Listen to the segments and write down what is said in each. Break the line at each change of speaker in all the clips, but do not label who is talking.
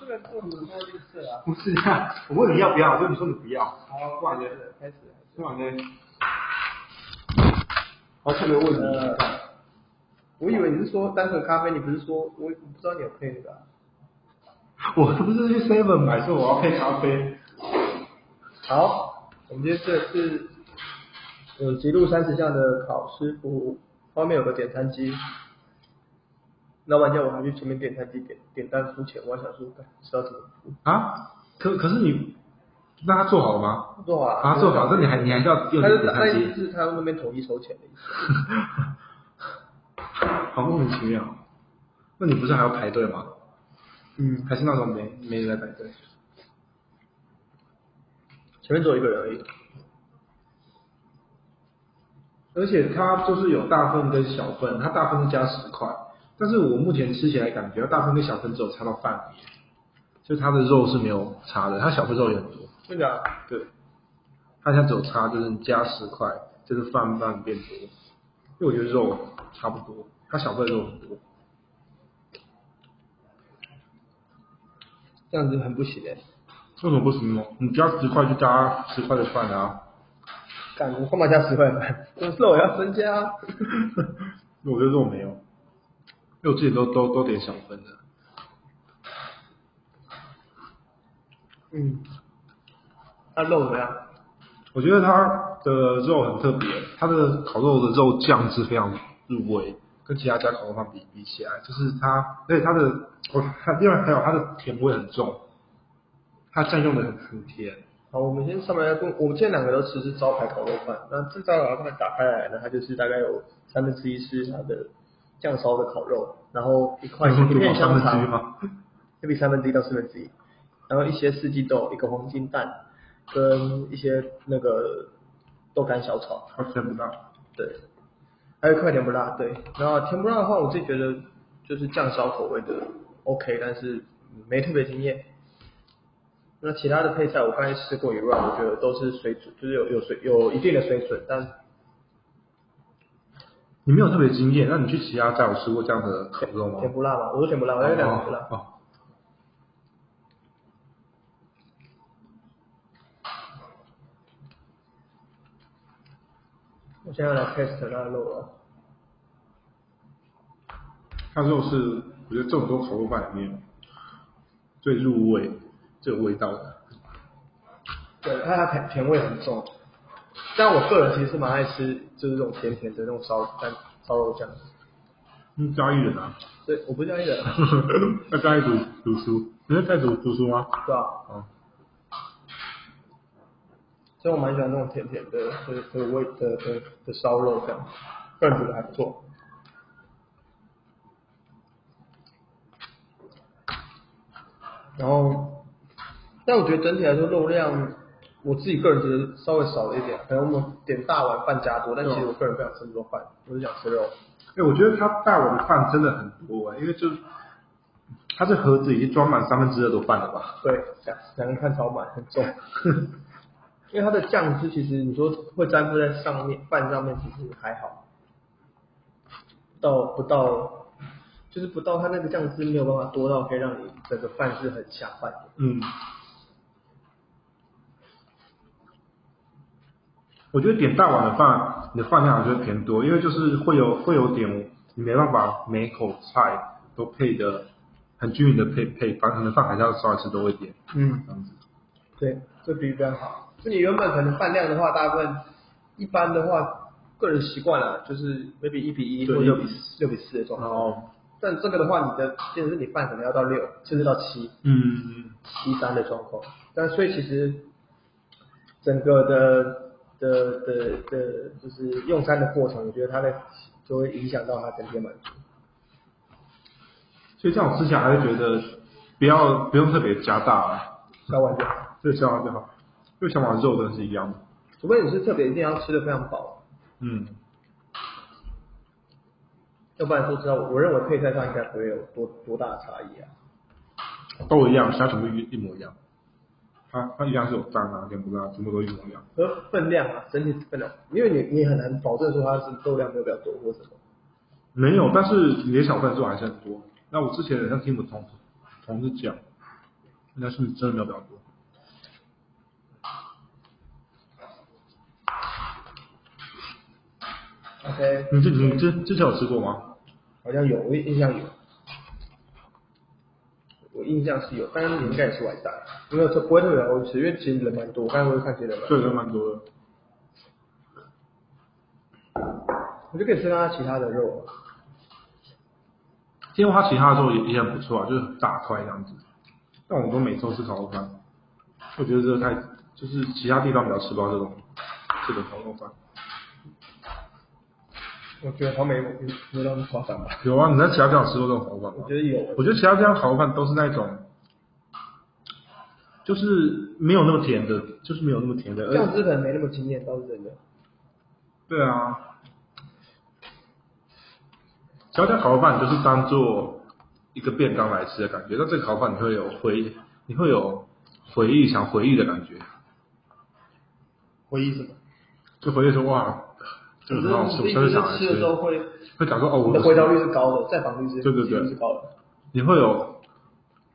这个做很多次了。
不是啊，我问你要不要，我问你说你不要，
好，
不然呢？
开始。
不然呢？我特别问
呃
你，，
我以为你是说单纯咖啡，你不是说我我不知道你有配那个啊、
我不是去 Seven 买，说我要配咖啡，
好，我们今天这是有极路三十项的考师傅，后面有个点餐机。老板叫我还去前面点餐机点点单付钱，我还想说，干不知道怎么付。
啊？可可是你，那他做好了吗？
做好啊，
啊，做好，那你还你还要用
他
点
就
点
那
餐
意思
机，
是他那边统一收钱的意思。
好莫名其妙。那你不是还要排队吗？
嗯，
还是那种没没人在排队？
前面只有一个人而已。
而且它就是有大份跟小份，它大份是加十块，但是我目前吃起来感觉大份跟小份只有差到半碟，就它的肉是没有差的，它小份肉也很多，
真的啊？
对，它现在只有差就是加十块，就是饭饭变多，因为我觉得肉差不多，它小份肉很多，
这样子很不行哎、
为什么不行呢？你加十块就加十块的饭 啊，
干，我干嘛加十块钱？我 是我要增加啊。
因为我觉得肉没有，因为我自己都都都点小份的，
嗯，那肉怎么样？
我觉得它的肉很特别，它的烤肉的肉酱汁非常入味，跟其他家烤肉饭比比起来，就是它，而且它的，哦，它另外还有它的甜味很重，它酱用的很很甜，
好，我们先上来跟我们今天两个都吃是招牌烤肉饭，那这招牌烤肉饭打开来呢，它就是大概有三分之一是它的酱烧的烤肉，然后一块一片嗯香
三分之
肠
一吗，
这比三分之一到四分之一，然后一些四季豆，一个黄金蛋，跟一些那个豆干小炒，
它甜不大。
对，还有一块甜不辣，对。然后甜不辣的话，我自己觉得就是酱烧口味的 OK，但是没特别惊艳。那其他的配菜，我刚才试过一 round，我觉得都是水准，就是有有水有一定的水准，但
你没有特别惊艳，那你去其他家有吃过这样的烤肉吗？
甜不辣嘛，我说甜不辣，我要两个甜不
哦
辣。
哦
我现在要来 test 那肉了，
它肉是我觉得众多烤肉饭里面最入味、最有味道的。
对，它它甜甜味很重。但我个人其实是蛮爱吃，就是这种甜甜的那种烧蛋烧肉酱。
嗯，嘉义人啊，
对，我不是一人，
在嘉义读读书，你在嘉义读读书吗？
对吧、
哦
所以我蛮喜欢那种甜甜的、的的味的的的烧肉这样，个人觉得还不错。然后，但我觉得整体来说肉量，我自己个人觉得稍微少了一点，可能我们点大碗饭加多，但其实我个人不想吃那么多饭，我就想吃肉。
哎、我觉得他大碗的饭真的很多哎、因为就是他这盒子已经装满三分之二的饭了吧？
对，两两个人看超满，很重。 因为它的酱汁其实你说会粘附在上面饭上面，其实还好，到不到就是不到它那个酱汁没有办法多到可以让你整个饭是很下饭的。
嗯，我觉得点大碗的饭，你的饭量还是会偏多，因为就是会有会有点你没办法每口菜都配的很均匀的配配，反正可能饭还是要稍微吃多一点
嗯，
这样子。
对，这比喻非常好。就你原本可能饭量的话，大部分一般的话，个人习惯了、就是 maybe 一比一或
对
者六比
1比
六比四的哦状
然
况。
后，
但这个的话，你的变成是你饭可能要到六，甚至到七。
嗯，
七三的状况。但所以其实整个的的的的，就是用餐的过程，我觉得它的就会影响到它整体的满足。
所以这样我吃起来还是觉得不要不用特别加大啊，
小碗就好，
这个想法就好，这个想法肉真的是一样的。
除非你是特别一定要吃的非常饱，
嗯，
要不然说知道我我认为配菜上应该不会有多多大的差异啊。
都一样，其他全部一一模一样。它它一样是有蛋啊、甜不辣，全部都一模一样。
而分量啊，整体分量，因为你你很难保证说它是肉量没有比较多或什么。
没有，但是你的小份数还是很多。那我之前好像听我同同事讲，那是真的没有比较多。
OK，
你之你之之前有吃过吗？
好像有，我印象有，我印象是有，但是你应该也是外带，因为不会特别好吃，因为其实人蛮多，刚才我也看起来人蛮多，
对，人蛮多的。
我就可以吃到它其他的肉啊。
天花其他的肉也也很不错啊，就是很大块这样子。但我都每周吃烤肉饭，我觉得这个太就是其他地方比较吃不到这种这种烤肉饭。
我觉得好美味，味道很夸张吧？
有啊，你在其他地方吃过这种烤肉饭
我
吗？
觉得有，
我觉得其他地方烤肉饭都是那种，就是没有那么甜的，就是没有那么甜的。
酱
而
汁可能没那么惊艳，倒是真的。
对啊，其他地方烤肉饭你就是当做一个便当来吃的感觉，但这个烤肉饭你会有回忆，你会有回忆想回忆的感觉。
回忆什么？
就回去说哇，这个很好吃，我
你
下次
是
想来
吃的时候会，
会想说哦，
你
我
的回答率是高的，再访率是
对对对
几率是高的。
你会有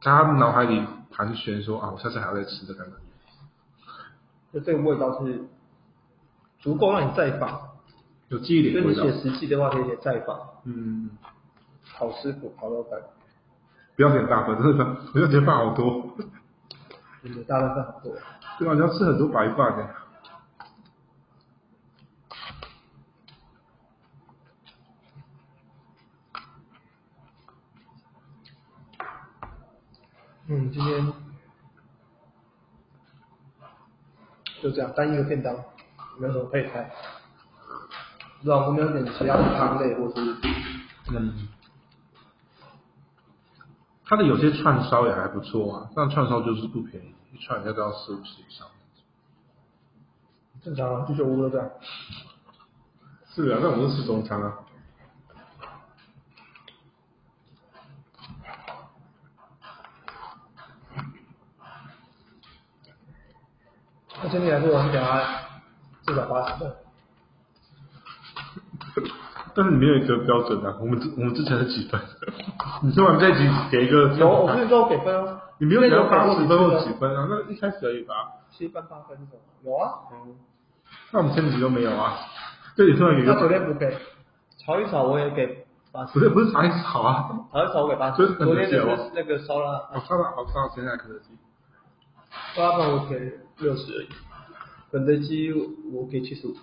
在他脑海里盘旋说啊，我下次还要再吃的感觉。
就这个味道是足够让你再访，
有记忆
所
点
以
的
你
味道
写。实际的话可以写再访，
嗯，
好师傅、好老板，
不要点大份，真的， 我觉得饭好多。
你的大量饭好多。
对啊，你要吃很多白饭欸呢。
嗯，今天就这样，单一个便当，没有什么配菜。不知道我们有没有点其他的汤类，或是
嗯，它的有些串烧也还不错啊，但串烧就是不便宜，一串要都要四五十以上。
正常啊，居酒屋都这样。
是啊，但我是吃中餐啊。
那今天来说，我们给他四百八十的，
但是你没有一个标准啊，我们之我们之前是几分？ 你听完这一集给一个
有我不是说给分啊，
你没有给
那时
到
候
八
给过
十
几啊
分或几分啊？那一开始而已吧。
七分八分这种，有啊，
那我们前几集都没有啊。对，你突然给一个
那昨天不给，炒一炒我也给八
不
十，
是不是长一草啊，
炒一炒我给八
昨
十，
天
昨天只
很
是
久
那个烧腊，
好看吧，好看，现在肯德基。
烧腊饭我给六十而已，肯德基我给七十五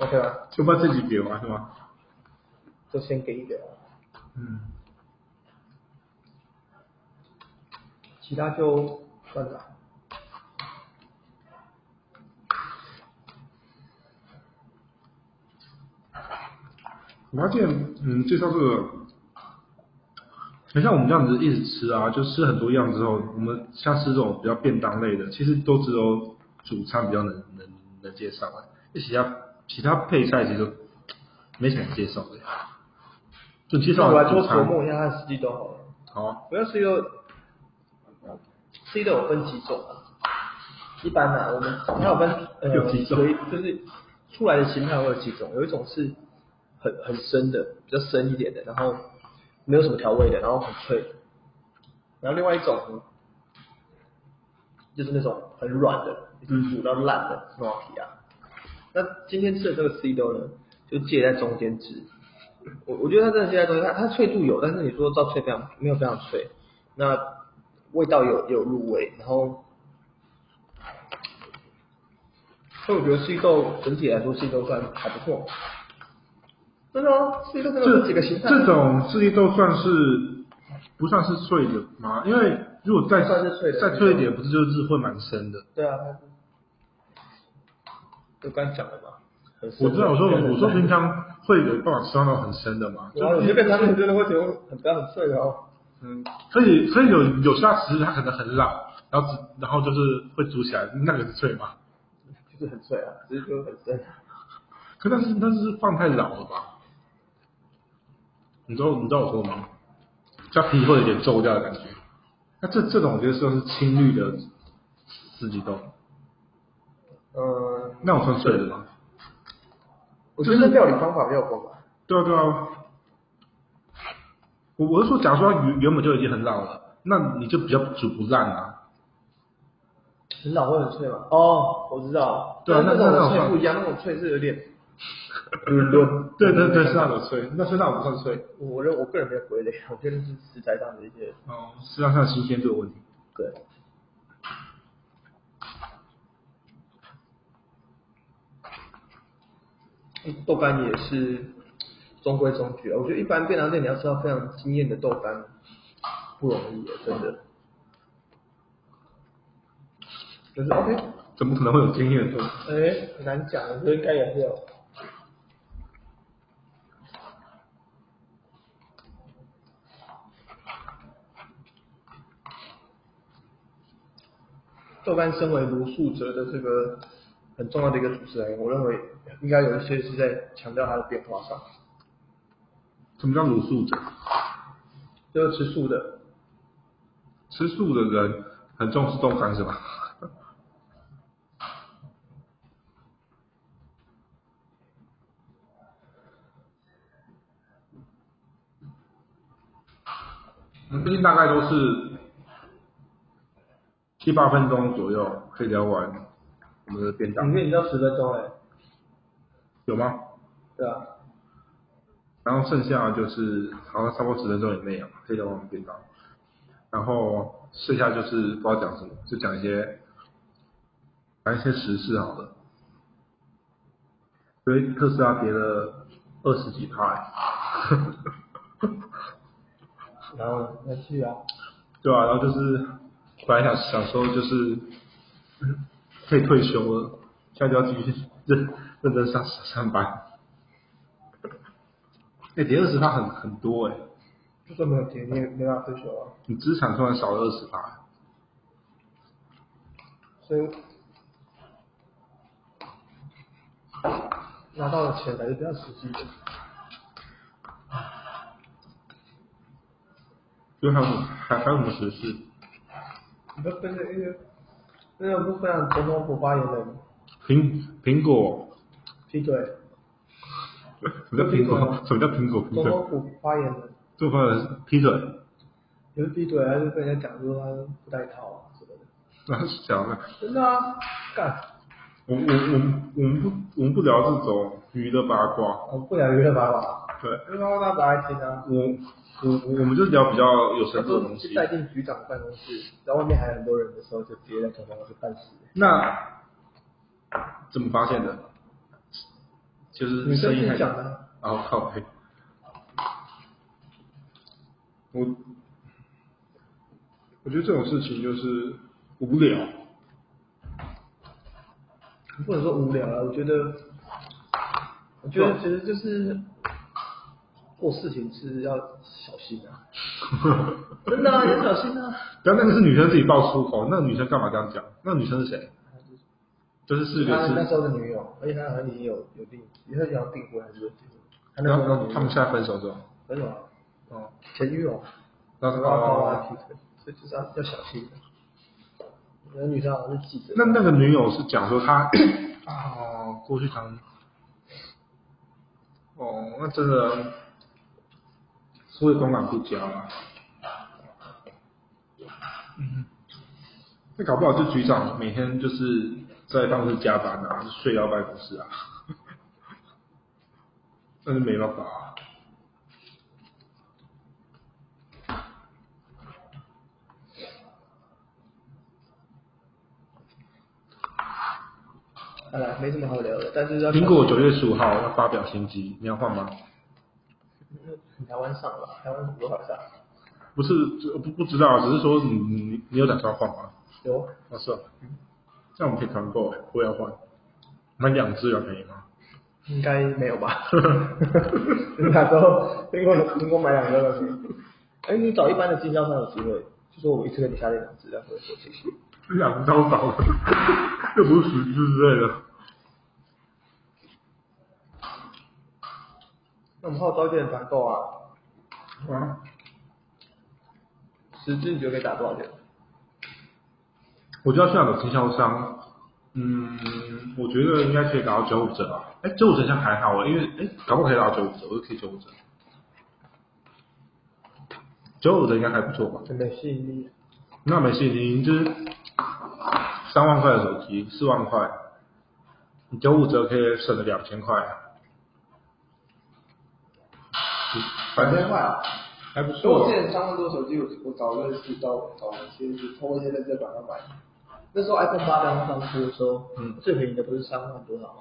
，OK 吧，
就把这集给啊完是吗？
就先给一点啊，
嗯，
其他就算了。
我发现，嗯，介绍这个，很像我们这样子一直吃啊，就吃很多样之后，我们像吃这种比较便当类的，其实都只有主餐比较能能能介绍啊，因为其他其他配菜其实都没什么介绍的。就介
那
绍
我来
完
多
主
琢
餐，
磨一下它的实际都好了。
好啊，
我要是一个，是一个有分几种啊？一般呢、我们它有分呃，
有几种
所以就是出来的形态会有几种，有一种是很很深的，比较深一点的，然后没有什么调味的，然后很脆，然后另外一种呢就是那种很软的，就是煮到烂的那种皮啊。那今天吃的这个 C 豆呢，就介在中间值。我我觉得它真的介在中间，它它脆度有，但是你说到脆非常没有非常脆，那味道有有入味，然后，所以我觉得 C 豆整体来说 C 豆算还不错。真的哦，C 豆真的有
这
几个形态，
这种智力豆算是不算是脆的吗？因为如果再
算是脆的
再脆一点，不是就是会蛮深的。
对啊，它是就刚讲的嘛。很深
我知道，我说
很深
我说平常会有办法吃到那种很深的嘛，
然后啊有些便当面真的会觉得很不要很脆的哦。
嗯，所以所以有有些食它可能很老，然后只然后就是会煮起来，那个是脆嘛？
就是很脆啊，只是就很深。
可但是但是放太老了吧？你知道你知道我说的吗？它皮会有点皱掉的感觉。那这这种我觉得算是青绿的四季豆，
嗯，
那我算脆的吗？
我觉得料理方法比较有关吧。
啊对啊对啊，我我是说，假如说它原原本就已经很老了，那你就比较煮不烂啊。
很老会很脆嘛？哦，我知道了。
对啊
但
那
那
那
种
种
脆
算
不一样，那种脆是有点，嗯
对对对，是那种脆，那虽然我不算脆，
我认我个人比较归类，我觉得是食材上的一些
哦，是让它的新鲜度有问题。
对。豆干也是中规中矩啊，我觉得一般便当店你要吃到非常惊艳的豆干不容易耶，真的。可是 OK，
怎么可能会有经验度？
哎、很难讲，我觉得应该也是有。豆干身为卢素哲的这个很重要的一个主持人，我认为应该有一些是在强调它的变化上，
什么叫卤素者？
就是吃素的，
吃素的人很重视冻干是吧？我们最近大概都是七八分钟左右可以聊完我们的便
里
当，
面你要十分钟哎、
有吗？
对啊，
然后剩下就是好像差不多十分钟以内啊，可以聊完我们便当。然后剩下就是不知道讲什么，就讲一些讲一些时事好了。因为特斯拉跌了二十几趴、 欸，
然后再去啊，
对啊，然后就是本来想想说就是可以退休了，现在就要继续认认真上上班。哎、跌二十趴很很多哎、
就算没有停，你也没办法退休啊。
你资产突然少了二十趴，
所以拿到的钱还是比较实际的。
就还有什么还还有什么时事？
你不跟着一个那个部分让总统府发言人
苹苹果，
劈腿，
什么叫苹
苹果
果？什么叫苹果劈
总
腿？
统府发言人
做饭人劈腿，
有人劈腿，还是被人家讲说他不戴套啊什么的，
那是讲的。
真的啊，干，
我们我们我们我们不我们不聊这种娱乐八卦，
我不聊娱乐八卦，
对
娱乐八卦大家爱听啊。
我我我们就聊比较有
他
深度
说
的东西
就。带进局长办公室，然后外面还有很多人的时候，就直接在床上就办死。
那怎么发现的？就是
女生
声音
自
太
己讲的啊，
哦，靠背。我我觉得这种事情就是无聊，
不能说无聊啊，我觉得，我觉得其实就是做事情是要小心啊，真的、啊、要小心啊。
但那个是女生自己爆粗口，那女生干嘛这样讲？那女生是谁？就是视觉
他那时
是，
候的女友，哎而且他好像已经有有订，以后要 订婚还是有订婚？他那
然
时候
后然
的
后
女
他们
友
现在分手之后，
分手了，
哦，
前女友
然后哦
然
他
后他把他劈腿，所以就是要要小心的。有的女生好像是记者，
那那个女友是讲说她哦，过去常，哦，那真的社会观感不佳啊。嗯，那搞不好这局长每天就是在办公室加班啊，睡到办公室啊， 那就没办法、啊。
好了，没什么好聊的，但是要小
苹果九月十五号要发表新机，你要换吗？
台湾上了吧，台湾很多好上，
不是不不知道，啊只是说你你你有打算换吗？
有
啊是啊，这样我们可以团购哎，我也要换，买两只软可以吗？
应该没有吧？你哪时候苹果苹果买两个了？哎，你找一般的经销商有机会，就说我一次给你下定两只，这样会不会
两刀倒了，又不是十只之类的。
那我们号召店团购啊，
啊，
十只你觉得可以打多少钱？
我知道现在有经销商，嗯，我觉得应该可以打到九五折啊。哎，九五折像还好啊，因为哎，搞不好可以打到九五折，我就可以九五折。九五的应该还不错吧？
真的吸引力。
那没事，你就是三万块的手机，四万块，你九五折可以省了两千块，啊反正
块。
还不
所以
错啊
我之。前三万多手机，我我找认识到找一些是通过一些认证网上买的。那时候 iPhone 八刚刚出的时候，
嗯
最便宜的不是三万多少吗？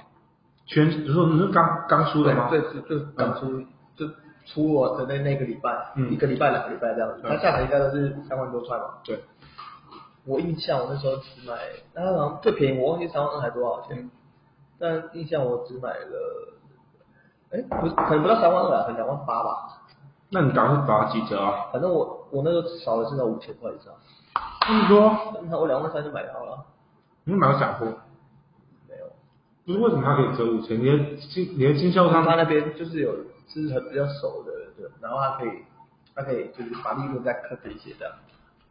全，你说你是刚刚出的吗？
对，就就刚出、就出我的那那个礼拜，
嗯
一个礼拜两个礼拜这样子，
嗯
它价格应该都是三万多块吧。
对，
我印象我那时候只买，它好像最便宜，我忘记三万二还多少钱，但印象我只买了，哎，不是，可能不到三万二啊，可能两万八吧。
那你打算打几折啊？
反正我我那时候少了至少五千块以上，
他们说
那我两万三就买到了，
你有没有想过，
没有。
不是为什么它可以折五千？你的经你的经销商
他那边就是有就是很比较熟的人，然后他可以他可以就是把利润再 cut 一些这样。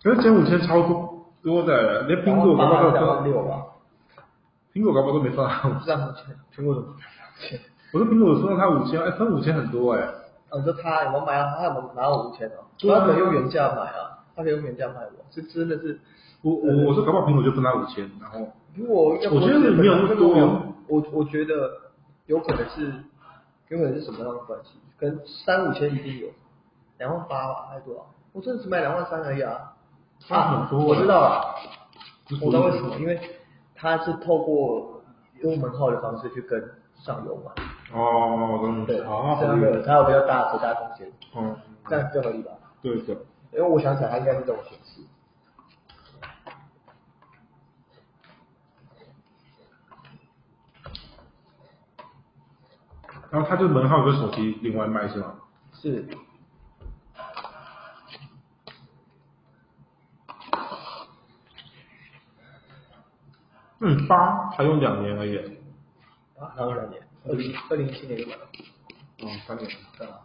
可是减五千超多多的，连苹果搞不好
两
都
万六吧，
苹果搞不好都没放。
我不知道他们钱苹果怎么两千？
我说苹果送到他五千，哎，他五千很多哎。
啊，你说他有没有买啊？他有没有拿我五千哦？
对啊
他可以用原价买啊，他可以用原价卖我，这真的是
我我我说搞不好苹果就分他五千，然后
如果要
我觉得没有那么多啊
我我觉得有可能是有可能是什么样的关系？可能三五千一定有，两万八吧，还多少？我真的只买两万三而已啊！
差很多啊
我知道了，
就
我知道为什么，因为他是透过用门号的方式去跟上游嘛，
哦，我懂你
对，
的哦，
这
好
样
厉
有
害，
他有比较大的大空间，
哦，
这样更合理吧？
对的，
因为我想起来，他应该是这种形式。
然后他就门号跟手机另外卖是吗？
是，
嗯，八才用两年而已，
啊，然后两年，二零二零一七年就买了，
嗯，三年，
对吧？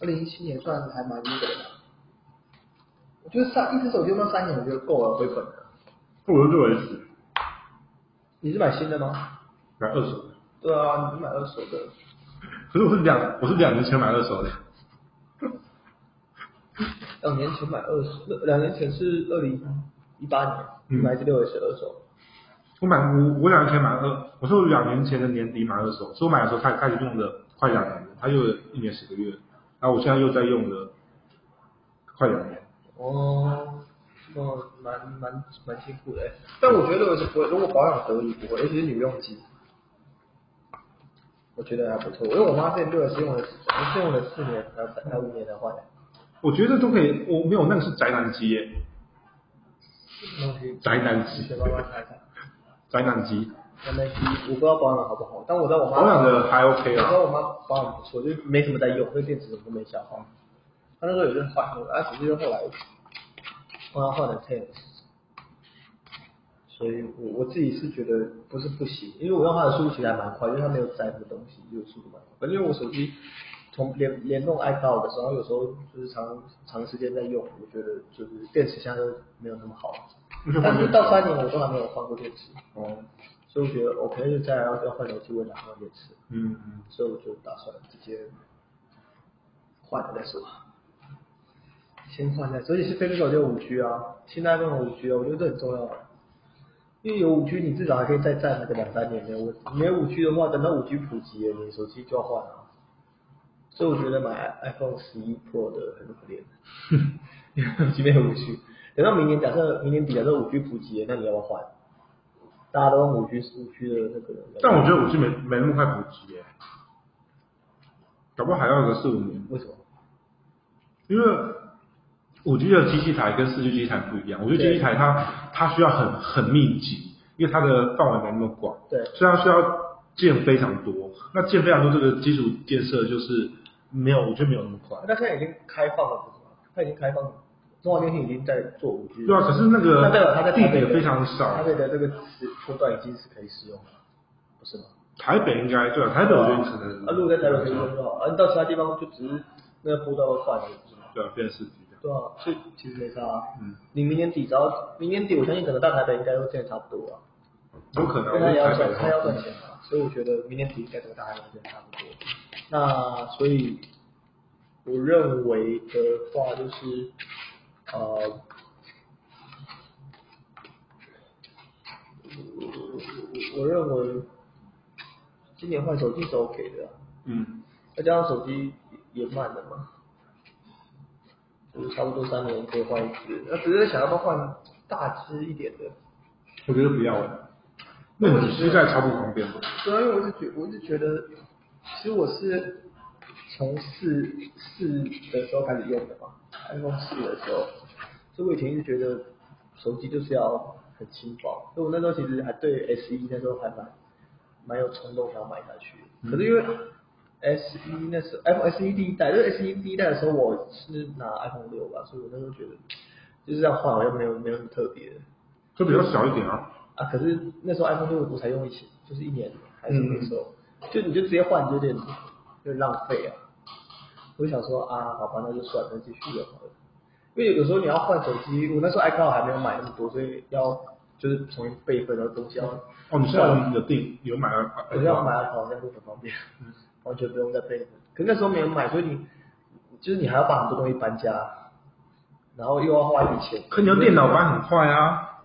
二零一七年算还蛮那个的吧，我觉得三一只手机用到三年我觉得够了，回本了。
不如六 S
你是买新的吗？
买二手的，
对啊，你是买二手的，
可是我是两我是两年前买二手的，
两年前买二手，两年前是二零一八年，你
嗯
买一只六也是二手。
我买我我两年前买二，我是我两年前的年底买二手，所以我买的时候他开始用的快两年了，他用了一年十个月，然后我现在又在用了快两年。
哦，哦，蛮蛮蛮辛苦的欸，但我觉得如果是不会，如果保养得宜不会，尤其是女用机，我觉得还不错。因为我妈之前六 S 用了，是用了四年，然后才才五年才换的。
我觉得都可以，我没有那个是宅男机耶，
那我去
宅男机
给，妈妈看一下。
宅男机，
那那我不知道保养好不好，但我知道我妈
保养的还 OK
我知道
啊。
我妈保养不错，就是没什么在用，那电池什么都没消耗。她那时候有阵换过，啊，只是后来我要换了 Ten，所以我我自己是觉得不是不行，因为我用它的速度其实还蛮快，因为它没有载什么东西，就速度蛮快。因为我手机从联联动 iCloud 的时候，有时候就是长长时间在用，我觉得就是电池相对没有那么好，但是到三年我都还没有换过电池，
哦，
所以我觉得 OK，就再来要要换手机，我也拿换电池。
嗯，嗯
所以我就打算直接换了再说，先换再说。而且是飞利手就有五 G 啊，现在 i p 五 G 啊，我觉得这很重要啊。因为有五 G，你至少还可以再站那个两三年没有问题。没有五 G 的话，等到五 G 普及了，你手机就要换了。啊所以我觉得买 iPhone 十一 Pro 的很可怜， 因为手机没有五 G。等到明年，假设明年底假设五 G 普及了，那你要不要换？大家都用五 G 五 G 的那个，
但我觉得五 G 没没那么快普及耶，搞不好还要个四五年，
为什么？
因为五 G 的机器台跟四 G 机器台不一样，五 G
对
机器台它它需要很很密集，因为它的范围没那么广，
对
所以它需要建非常多。那建非常多这个基础建设就是没有，我觉得没有那么快。
啊那现在已经开放了，不是吗？它已经开放了，中华电信已经在做五 G。
对啊，可是那个
那代表它在
地
台北
点
的
非常少
台，北的这个时波段已经是可以使用了，不是吗？
台北应该对啊，台北我觉得可能
啊，如果在台北可以用就好，啊，你到其他地方就只是那个波段会换而已，不是吗？
对啊，变成四 G 这样。
对啊，所以其实没啥、啊。
嗯。
你明年底只要明年底，我相信整个大台北应该都建得差不多啊，
有可能
因
我
为
觉
它也
得
啊要赚，
台北
它要赚
的话
钱嘛，所以我觉得明年底应该整个大台北建得差不多。那所以我认为的话就是，呃，我我认为今年换手机是 OK 的啊、
嗯，
再加上手机也慢了嘛，就是差不多三年可以换一只。那只是想要不要换大只一点的？
我觉得不要哎、那你膝盖超不方便吗？
对啊，因为我是觉，我是觉得，其实我是从四四的时候开始用的嘛，iPhone 四的时候，所以我以前一直觉得手机就是要很轻薄，所以我那时候其实还对 S E 一那时候还蛮蛮有冲动想要买下去的，可是因为 S 一那时候 iPhone S E 一第一代，就是 S 一第一代的时候我是拿 iPhone 六吧，所以我那时候觉得就是要换好像没有没有什么特别的。
就比较小一点啊。
啊，可是那时候 iPhone 六我才用一起，就是一年还是
嗯
那时候，就你就直接换有点有点浪费啊。我就想说啊，好吧，那就算了，继续用好了。因为有时候你要换手机，我那时候 iCloud 还没有买那么多，所以要就是重新备份，然后东西要，
哦，你下了你的定有买啊了？
啊我要买 iCloud 这样就很方便，
嗯
完全不用再备份。可是那时候没有买，所以你就是你还要把很多东西搬家，然后又要花一笔钱。
可你的电脑搬很快啊，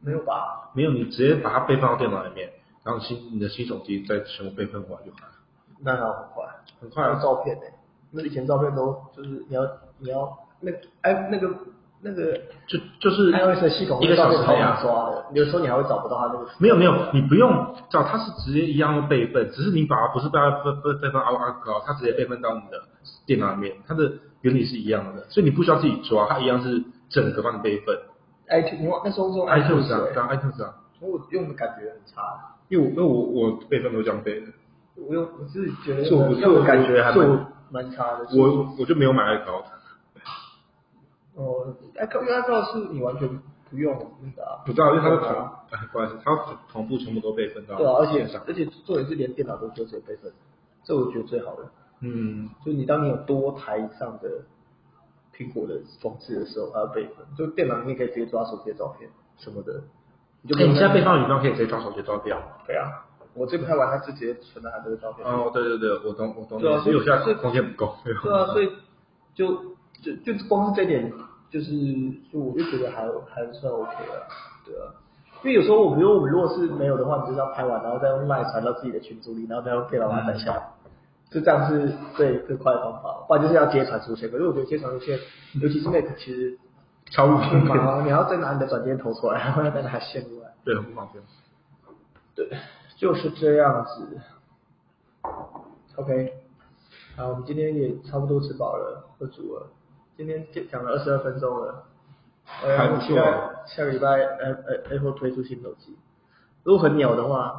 没有吧？
没有你直接把它备份到电脑里面，然后新你的新手机再全部备份过来就好了，
那还很快。
很快
还有
啊。
照片呢、欸那以前照片都就是你要你要那哎那个那个
就就是
，iOS 的系统
一个
照片
小时
超
内
难
啊。
抓的，有时候你还会找不到它那个。
没有没有，你不用照，它是直接一样的备份，只是你把它不是备份备备份 R R 高，它直接备份到你的电脑里面，它的原理是一样的，所以你不需要自己抓，它一样是整个帮你备份。
iTunes，你忘那时候用
iTunes 啊，
欸
当 iTunes 啊，
所以我用的感觉很差。
因为我因为我我备份都这样备的，
我用我自己觉得
是我
用的用的感觉还
是我
蛮蛮差的。
我我就没有买 R 高，
哦，iCloud 因为 iCloud 是你完全不用那个啊
不知道，因为它的同，哎不好意思，它的同步全部都备份到
对啊，而且
线上。
而且重点是连电脑都做这备份，这我觉得最好的。
嗯，
就你当你有多台以上的苹果的装置的时候，还要备份。就电脑里面可以直接抓手机的照片什么的，你就
哎、
不用
你现在备份的地方可以直接抓手机抓掉。
对啊。我这不太玩，它是直接存了它这个照片。
哦，对对对，我懂我懂你
对
的
啊
意思，因为我现
所
在
以
空间不够。
对啊，所以就就就光是这点，就是就我就觉得还还算 OK 了，对啊。因为有时候我们，如果我们如果是没有的话，你就是要拍完，然后再用 line 传到自己的群组里，然后再用电脑把它载下来，就这样是最最快的方法。不然就是要接传输线，可是我觉得接传输线，尤其是 Mac，其 实
超不
很
方
麻
便，
烦，你要再拿你的转接头出来，然后再拿线啊出来，
对，很不方便。
对，就是这样子。OK，好，我们今天也差不多吃饱了，喝足了，今天就讲了二十二分钟了。呃，
还
我
不
期
错
待
啊
下个礼拜 Apple Apple 推出新手机。如果很鸟的话，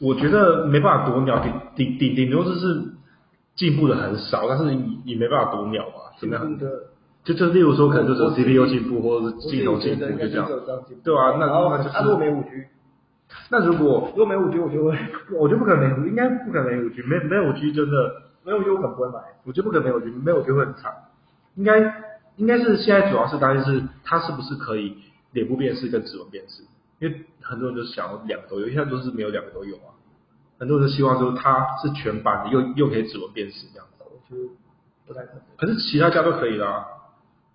我觉得没办法夺鸟，顶顶顶顶多就是进步的很少，但是你你没办法夺鸟啊，怎么
进
样
步？的，
就就例如说，可能就
我
是
我自己
CPU 进步或者
我
是
自
镜
己
头
觉
进步，
得应该
就是这
有
样。
这样进步。
对啊那
然后
那就是
啊如果没五 G，
那如果
如果没五 G，我就会
我就不可能，应该不可能有局，没没有局真的，
没有 G 我可能不会买。
我觉得不可能有局，没有局会很惨。应该应该是现在主要是担心是它是不是可以脸部辨识跟指纹辨识，因为很多人就想要两个都有，现在都是没有两个都有啊。很多人都希望说它是全版的，又又可以指纹辨识这样子。
我觉得不太可能。
可是其他家都可以啦，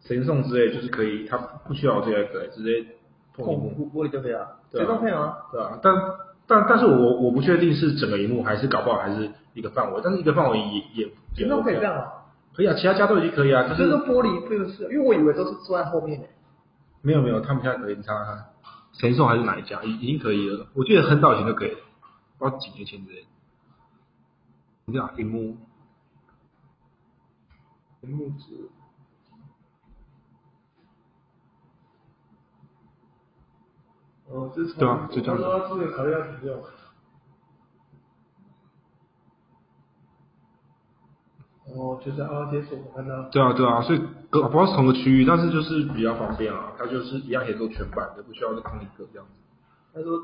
神送之类就是可以，它不需要这个可以直接碰
碰
屏幕。
玻璃就可以啊，
对
谁
啊
都可以啊。
对啊，但但但是我我不确定是整个荧幕还是搞不好还是一个范围，但是一个范围也也也
谁都可以
OK
这样啊。
可以啊，其他家都已经可以啊，就
所以
是
说玻璃这个是，因为我以为都是坐在后面的、
没有没有，他们现在可以，你查查看，神送还是哪一家已已经可以了，我记得很早以前就可以了，不知道几年前之类的。你讲荧幕，
屏幕纸。哦，这是
对啊就这样子
我说这个考虑要怎么用？哦，就是阿解锁，我看到。
对啊对啊，所以隔不知道是同个区域，但是就是比较方便啊，它就是一样可以做全版的，不需要再空一个这样子。
他说，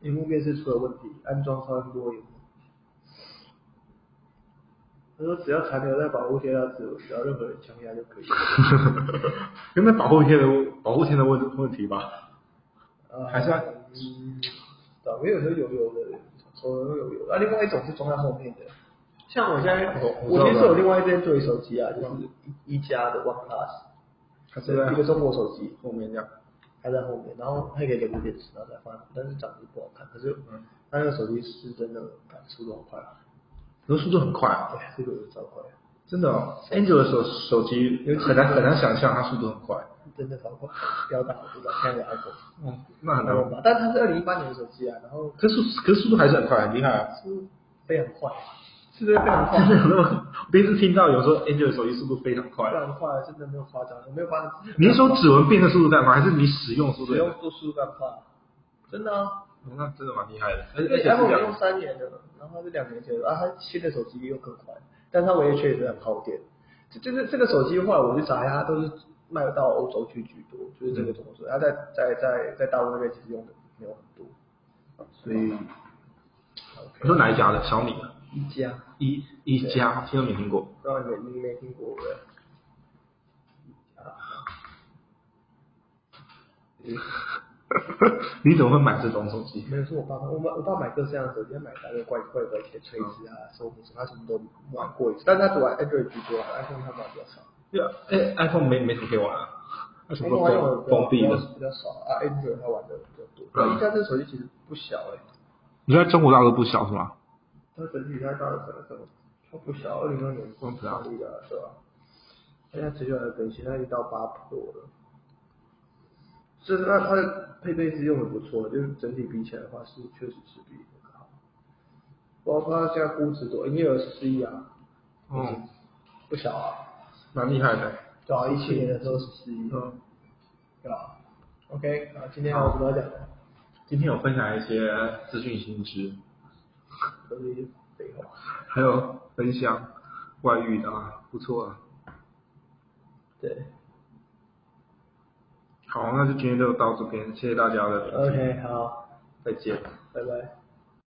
屏幕辨识出了问题，安装超音波有。他说只要残留在保护贴上，只只要任何人强压就可以了。
因为保护贴的保护贴的问问题吧，
啊
还是要
嗯，对，因为有时候有油的，有时候有油的。啊，另外一种是装在后面的，像我现在
我，我
我
知道
其实有
了
另外一只对手机啊，就是一一加的 OnePlus，
它
是
是在
一个中国手机，
后面这样，
它在后面，然后它可以给五点十，然后再换，但是长得不好看。可是
嗯
它那个手机是真的感速度好快啊，哎
可是速度很快啊，
对，速度是超快，
真的哦，Angel 的手手机很难很难想象它速度很快，
真的超快，要打我不知道，现在有 iPhone，
嗯，那很
iPhone
难，
吧，但它是二零一八年的手机啊，然后
可是可是速度还是很快，很厉害啊。
是非常快，啊是不是非常快？
真的有那么，我第一次听到有说 Angel 的手机速度非常快
非。常快，真的没有夸张，我没有夸张。
你是说指纹变的速度在吗？还是你使用速度
使
在
用
吗？
速速度更快？真的啊，
哦那真的蛮厉害的，而
因
且而
为
且是
iPhone 我
两
用三年了，然后它是两年前的，啊，它新的手机又更快，但它唯一缺点是很耗电。这这这这个手机的话，我去查一下，它都是卖到欧洲去居多，就是这个中国手机，它在在在在大陆那边其实用的没有很多，所以
你说哪一家的？小米的，
一加，
一一家，听都没听过。
不知道你们你没听过对
你怎么会买这种手机？
没有，是我爸爸，我买我爸买各式各样的手机，他买大概怪怪的铁锤子啊、手柄什么，他什么都玩过一次，但是他只玩 Android 居多，iPhone 他玩比较少。
对啊，哎，iPhone 没没什么可以玩啊，它全部都
玩的啊
封封闭
比较
的。
比较少啊，Android 他玩的比较多。但一加这手机其实不小哎、
你在中国大陆不小是吗？
它整体它大概可能可能它不小，二零二年创创立的对吧？现在持续还在更新，它已经到八 Pro 了。就是它它的配备是用的不错的，就是整体比起来的话是确实是比那个好。包括它现在估值多，应该有十亿啊，
嗯，
不小啊。啊
蛮厉害的。
对啊，一七年的时候是十一，
嗯，
对吧？OK，啊，今天我主要讲的
今天有分享一些资讯新知，
都是一些废话。
还有分享外遇的啊，不错啊。
对
好，那就今天就到这边，谢谢大家的聆听，
，OK，好，
再见。
拜拜。